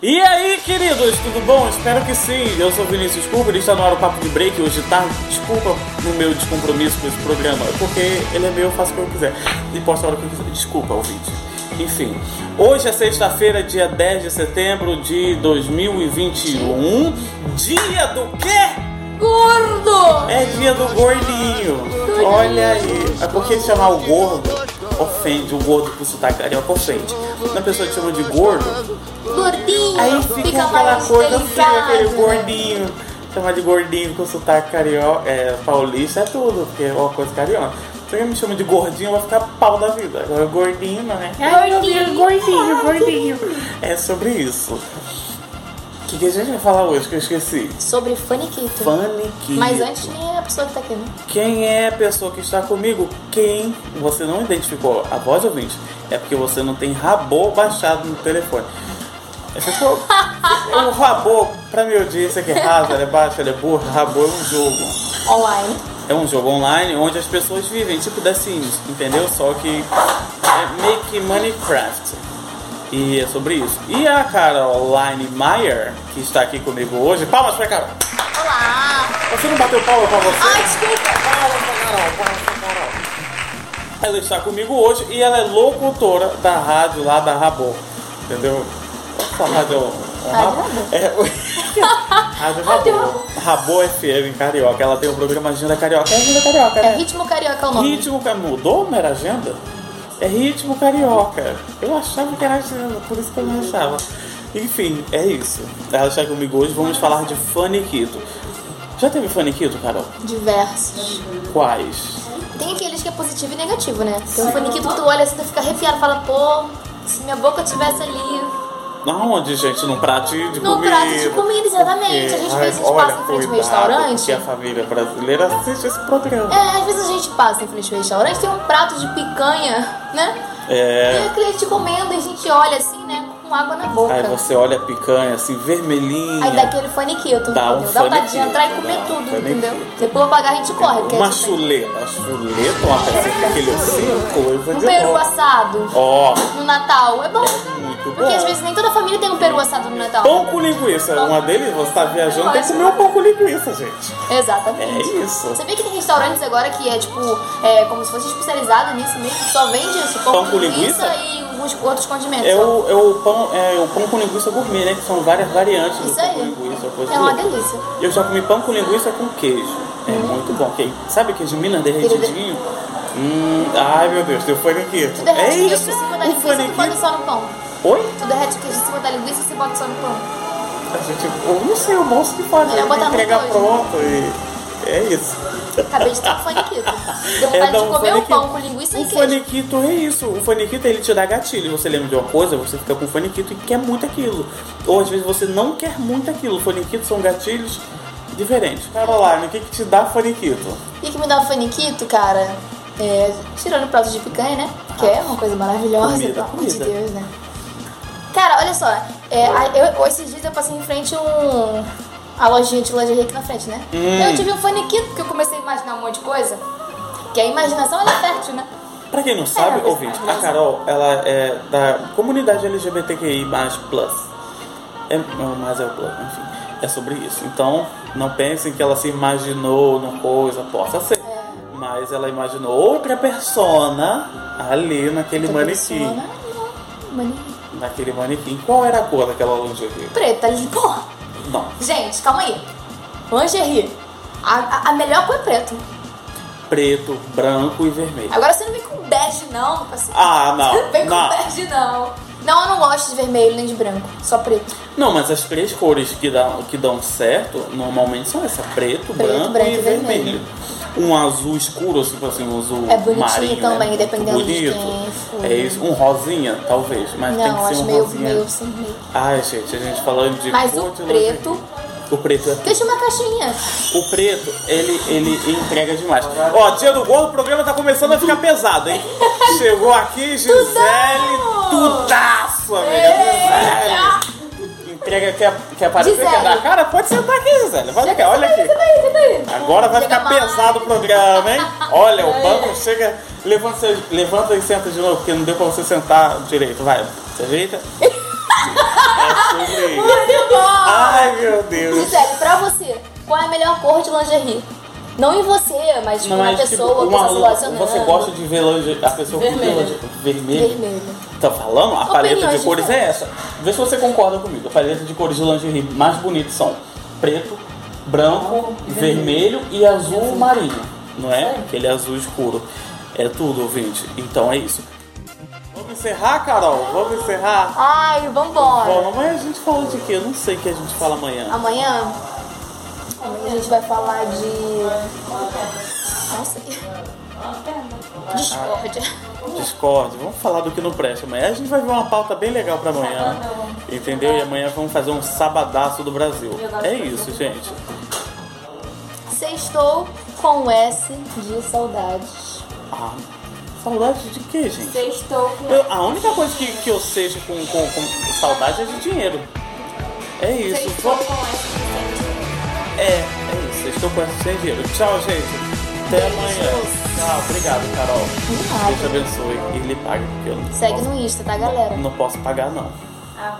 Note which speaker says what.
Speaker 1: E aí, queridos, tudo bom? Espero que sim. Eu sou o Vinícius Cooper e está no ar o Papo de Break. Hoje tá, desculpa no meu descompromisso com esse programa, porque ele é meu, eu faço o que eu quiser e posto a hora que eu quiser. Desculpa, ouvinte. Enfim, hoje é sexta-feira, dia 10 de setembro de 2021, dia do quê?
Speaker 2: Gordo!
Speaker 1: É dia do gordinho. Olha aí. É porque chamar o gordo ofende, o gordo com sotaque carioca ofende. Quando a pessoa te chama de gordo,
Speaker 2: Gordinho!
Speaker 1: Aí fica aquela coisa feia, aquele gordinho. Chamar de gordinho com sotaque carioca, é, paulista é tudo, porque é uma coisa carioca. Se alguém me chama de gordinho, vai ficar pau da vida. Agora gordinho, né? Ai, meu Deus, gordinho, gordinho. É sobre isso. O que, que a gente vai falar hoje que eu esqueci?
Speaker 2: Sobre Faniquito.
Speaker 1: Faniquito.
Speaker 2: Mas antes nem é a pessoa que tá aqui, né?
Speaker 1: Quem é a pessoa que está comigo? Quem você não identificou a voz ouvinte? É porque você não tem rabô baixado no telefone. É porque o- o rabô, pra minha audiência que é rasa, ela é baixa, ela é burra, rabô é um jogo.
Speaker 2: Online.
Speaker 1: É um jogo online onde as pessoas vivem, tipo The Sims, entendeu? Só que é meio que Minecraft. E é sobre isso. E a Caroline Meyer, que está aqui comigo hoje, palmas pra Carol.
Speaker 2: Olá!
Speaker 1: Você não bateu palma pra você?
Speaker 2: Ai, Ah,
Speaker 1: tá
Speaker 2: desculpa!
Speaker 1: Ela está comigo hoje e ela é locutora da rádio lá da Rabô. Entendeu? Essa rádio é um- é um
Speaker 2: Rádio
Speaker 1: rabo-
Speaker 2: Rabô.
Speaker 1: É, o- rádio Rabô. Rabô FM Carioca. Ela tem um programa Agenda Carioca. É Agenda Carioca,
Speaker 2: É
Speaker 1: né?
Speaker 2: ritmo carioca é o nome.
Speaker 1: Ritmo Carioca. Mudou? Não era Agenda? É Ritmo Carioca. Eu achava que era Agenda, por isso que eu não achava. Enfim, é isso. Ela está comigo hoje. Vamos falar de Faniquito. Já teve Faniquito, Carol?
Speaker 2: Diversos.
Speaker 1: Quais?
Speaker 2: Tem aqueles que é positivo e negativo, né? Tem um faniquito que tu olha assim, tu fica arrepiado, fala, pô, se minha boca tivesse ali
Speaker 1: Onde, gente? Num prato de comida.
Speaker 2: num prato de comida, exatamente. A gente
Speaker 1: Ai,
Speaker 2: vê se a gente
Speaker 1: olha,
Speaker 2: passa em frente a um
Speaker 1: cuidado,
Speaker 2: restaurante.
Speaker 1: Porque a família brasileira assiste esse programa.
Speaker 2: É, às vezes a gente passa em frente ao restaurante, tem um prato de picanha, né?
Speaker 1: É.
Speaker 2: E o cliente comendo e a gente olha assim, né? Com água na boca.
Speaker 1: Aí você olha a picanha assim, vermelhinha.
Speaker 2: Aí dá é aquele faniquito,
Speaker 1: Dá um
Speaker 2: entendeu? Dá vontade de
Speaker 1: faniquito,
Speaker 2: entrar e comer
Speaker 1: dá um
Speaker 2: tudo,
Speaker 1: faniquito.
Speaker 2: entendeu? Depois eu pagar a gente corre, porque
Speaker 1: Uma
Speaker 2: é tipo,
Speaker 1: chuleta. A chuleta, uma peça com aquele assim, coisa
Speaker 2: um
Speaker 1: de
Speaker 2: peru
Speaker 1: louco.
Speaker 2: assado
Speaker 1: Ó,
Speaker 2: no Natal. É bom, né?
Speaker 1: muito
Speaker 2: Porque às vezes
Speaker 1: bom.
Speaker 2: nem toda família tem um peru assado no Natal.
Speaker 1: Pão com linguiça. Uma deles, você tá viajando, tem que comer um pão com linguiça, gente. É
Speaker 2: Exatamente.
Speaker 1: isso.
Speaker 2: Sabia que tem restaurantes agora que é tipo, é como se fosse especializado nisso mesmo, que só vende isso, pão, com linguiça e alguns outros condimentos.
Speaker 1: É
Speaker 2: ó.
Speaker 1: o, é, o pão, é o pão com linguiça gourmet, né? Que são várias variantes do
Speaker 2: Isso
Speaker 1: pão
Speaker 2: aí.
Speaker 1: um com linguiça. coisa assim.
Speaker 2: É
Speaker 1: de
Speaker 2: uma
Speaker 1: louco.
Speaker 2: delícia.
Speaker 1: Eu já comi pão com linguiça com queijo. É
Speaker 2: Hum.
Speaker 1: muito bom. Que- Sabe queijo Minas derretidinho? Hum, ai meu Deus, deu fone aqui.
Speaker 2: Tu
Speaker 1: É
Speaker 2: derrete o queijo
Speaker 1: isso.
Speaker 2: em cima da
Speaker 1: O
Speaker 2: linguiça e tu bota
Speaker 1: aqui.
Speaker 2: só no pão.
Speaker 1: Oi?
Speaker 2: Tu derrete o queijo em cima da linguiça e você bota só no pão.
Speaker 1: A gente, eu não sei, o moço que faz.
Speaker 2: Melhor
Speaker 1: Ele
Speaker 2: botar
Speaker 1: entrega
Speaker 2: muito
Speaker 1: pronto e é isso.
Speaker 2: Acabei de ter um faniquito.
Speaker 1: É,
Speaker 2: Deu vontade
Speaker 1: dar
Speaker 2: de comer um
Speaker 1: faniquito.
Speaker 2: pão com linguiça
Speaker 1: O
Speaker 2: e queijo.
Speaker 1: faniquito é isso. O faniquito ele te dá gatilho. Você lembra de uma coisa, você fica com o faniquito e quer muito aquilo. Ou às vezes você não quer muito aquilo. Faniquitos são gatilhos diferentes. Caroline, o que, que te dá faniquito?
Speaker 2: E o que me dá um faniquito, cara, é, tirando o prato de picanha, né? Que é uma coisa maravilhosa,
Speaker 1: Comida,
Speaker 2: pelo amor de
Speaker 1: comida.
Speaker 2: Deus, né? Cara, olha só, é, a- eu, esses dias eu passei em frente a um. a lojinha de lingerie aqui na frente, né?
Speaker 1: Hum.
Speaker 2: Eu tive um faniquito, porque eu comecei a imaginar um monte de coisa. Que a imaginação ela é fértil, né?
Speaker 1: Pra quem não sabe,
Speaker 2: mas-
Speaker 1: ouvinte, a Carol, ela é da comunidade LGBTQI+. É, não, mas é o plus, enfim. É sobre isso. Então, não pensem que ela se imaginou numa coisa, possa ser.
Speaker 2: É.
Speaker 1: Mas ela imaginou outra persona ali naquele manequim.
Speaker 2: Persona, "Ah, não, Manequim.
Speaker 1: Naquele manequim. Qual era a cor daquela lingerie?
Speaker 2: Preta, porra!
Speaker 1: Não.
Speaker 2: Gente, calma aí. Lingerie. A, a, a melhor cor é preto.
Speaker 1: Preto, branco e vermelho.
Speaker 2: Agora você não vem com bege, não, parceiro.
Speaker 1: Ah, não.
Speaker 2: Vem com
Speaker 1: não.
Speaker 2: bege, não. Não, eu não gosto de vermelho nem de branco, só preto.
Speaker 1: Não, mas as três cores que dão, que dão certo normalmente são essa: preto, branco,
Speaker 2: branco
Speaker 1: e
Speaker 2: e vermelho.
Speaker 1: vermelho. Um azul escuro, tipo assim, um azul
Speaker 2: É bonitinho
Speaker 1: marinho,
Speaker 2: também,
Speaker 1: né?
Speaker 2: dependendo de
Speaker 1: bonito.
Speaker 2: quem for.
Speaker 1: É isso. Um rosinha, talvez, mas tem
Speaker 2: não,
Speaker 1: que ser
Speaker 2: acho
Speaker 1: um
Speaker 2: meio,
Speaker 1: rosinha.
Speaker 2: meio sem meio.
Speaker 1: Ai, gente, a gente falando de
Speaker 2: Mas
Speaker 1: cor
Speaker 2: o
Speaker 1: de
Speaker 2: preto-
Speaker 1: lingerie. O preto é...
Speaker 2: Deixa uma caixinha.
Speaker 1: O preto, ele, ele entrega demais. Ó, dia do gordo, o programa tá começando a ficar pesado, hein? Chegou aqui, Gisele, tudaço, amiga. Gisele. Entrega, quer, quer aparecer, quer
Speaker 2: Gisele.
Speaker 1: dar a cara? Pode sentar aqui, Gisele. Olha aqui, olha aqui.
Speaker 2: Senta aí, senta aí.
Speaker 1: Agora vai
Speaker 2: Chega
Speaker 1: ficar
Speaker 2: mais.
Speaker 1: pesado o programa, hein? Olha, o banco chega. Levanta, levanta e senta de novo, porque não deu pra você sentar direito. Vai, se ajeita. É sobre isso.
Speaker 2: Muito bom!
Speaker 1: Ai, meu Deus.
Speaker 2: Gisele, pra você, qual é a melhor cor de lingerie? Não em você, mas tipo, na
Speaker 1: tipo,
Speaker 2: pessoa,
Speaker 1: uma-
Speaker 2: pessoa se relacionando.
Speaker 1: você gosta de ver longe- a pessoa com
Speaker 3: Vermelho.
Speaker 1: longe- vermelho.
Speaker 2: Vermelho.
Speaker 1: Tá falando? A paleta de
Speaker 2: Opiniões
Speaker 1: cores é essa. Vê se você concorda comigo. A paleta de cores de lingerie mais bonitas são preto, branco, vermelho e azul marinho. Não é? Aquele azul escuro. É tudo, ouvinte. Então é isso. Vamos encerrar, Carol? Vamos encerrar?
Speaker 2: Ai, vambora.
Speaker 1: Bom, amanhã a gente fala de quê? Eu não sei o que a gente fala amanhã.
Speaker 2: Amanhã? Amanhã a gente vai falar de. Não sei.
Speaker 1: Ah.
Speaker 2: Discórdia.
Speaker 1: Discord, vamos falar do que não presta. Amanhã a gente vai ver uma pauta bem legal pra amanhã. Entendeu? E amanhã vamos fazer um sabadaço do Brasil. É isso, gente.
Speaker 2: Sextou com S de saudades.
Speaker 1: Ah, saudade de quê, gente?
Speaker 3: Sextou com
Speaker 1: Eu- a única coisa que, que eu seja com, com, com saudade é de dinheiro. É isso.
Speaker 3: Sextou
Speaker 1: Vamos-
Speaker 3: com essa.
Speaker 1: É, é isso. Vocês estão com essa sem dinheiro. Tchau, gente. Até amanhã. Tchau, obrigado, Carol.
Speaker 2: nada.
Speaker 1: Deus te abençoe e lhe pague, porque eu não
Speaker 2: Segue
Speaker 1: posso,
Speaker 2: no Insta, tá, galera?
Speaker 1: não posso pagar, não.
Speaker 3: Arroba